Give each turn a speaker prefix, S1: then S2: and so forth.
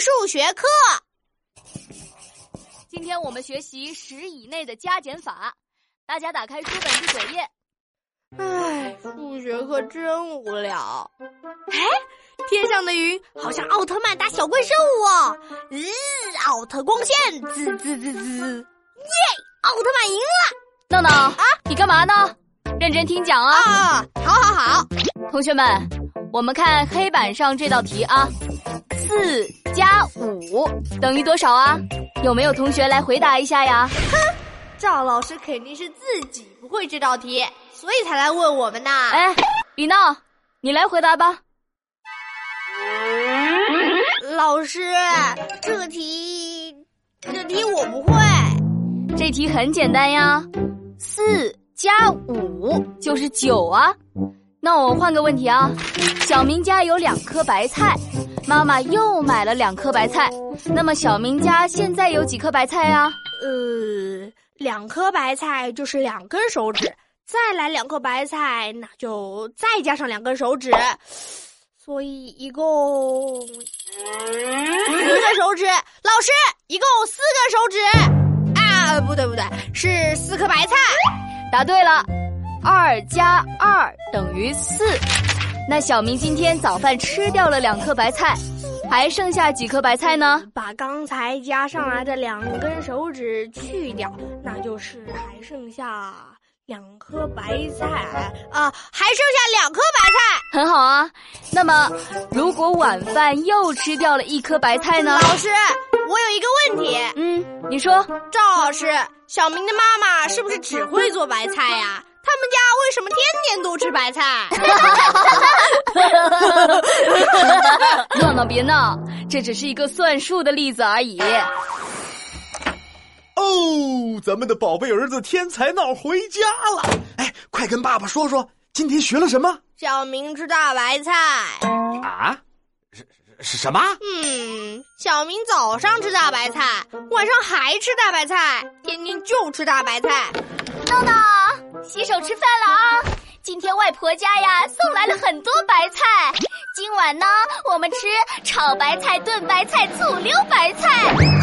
S1: 数学课。
S2: 今天我们学习十以内的加减法，大家打开书本第九页。
S1: 唉，数学课真无聊。
S3: 哎，
S1: 天上的云好像奥特曼打小怪兽啊！嗯，奥特光线，滋滋滋滋，耶！奥特曼赢了。
S2: 闹闹啊，你干嘛呢？认真听讲啊！
S1: 啊，好好好，
S2: 同学们，我们看黑板上这道题啊，四加五等于多少啊？有没有同学来回答一下呀？
S1: 赵老师肯定是自己不会这道题，所以才来问我们呢。
S2: 哎，李闹，你来回答吧。
S1: 老师，这个题，这题我不会。
S2: 这题很简单呀，四加五就是九啊。那我换个问题啊，小明家有两颗白菜，妈妈又买了两颗白菜。那么小明家现在有几颗白菜啊？
S1: 呃，两颗白菜就是两根手指，再来两颗白菜，那就再加上两根手指，所以一共四根手指。老师，一共四根手指。啊，不对不对，是四颗白菜。
S2: 答对了，二加二等于四。那小明今天早饭吃掉了两颗白菜，还剩下几颗白菜呢？
S1: 把刚才加上来的两根手指去掉，那就是还剩下两颗白菜啊，还剩下两颗白菜。
S2: 很好啊。那么，如果晚饭又吃掉了一颗白菜呢？
S1: 老师，我有一个问题，
S2: 嗯，你说
S1: 赵老师，小明的妈妈是不是只会做白菜呀、他们家为什么天天都吃白菜？
S2: 闹闹别闹，这只是一个算术的例子而已。
S4: 哦，咱们的宝贝儿子天才闹回家了。哎，快跟爸爸说说，今天学了什么
S1: 小明吃大白菜，
S4: 啊？是是什么？
S1: 嗯，小明早上吃大白菜，晚上还吃大白菜，天天就吃大白菜。
S3: 闹闹，洗手吃饭了啊！今天外婆家呀送来了很多白菜，今晚呢我们吃炒白菜、炖白菜、醋溜白菜。
S1: 啊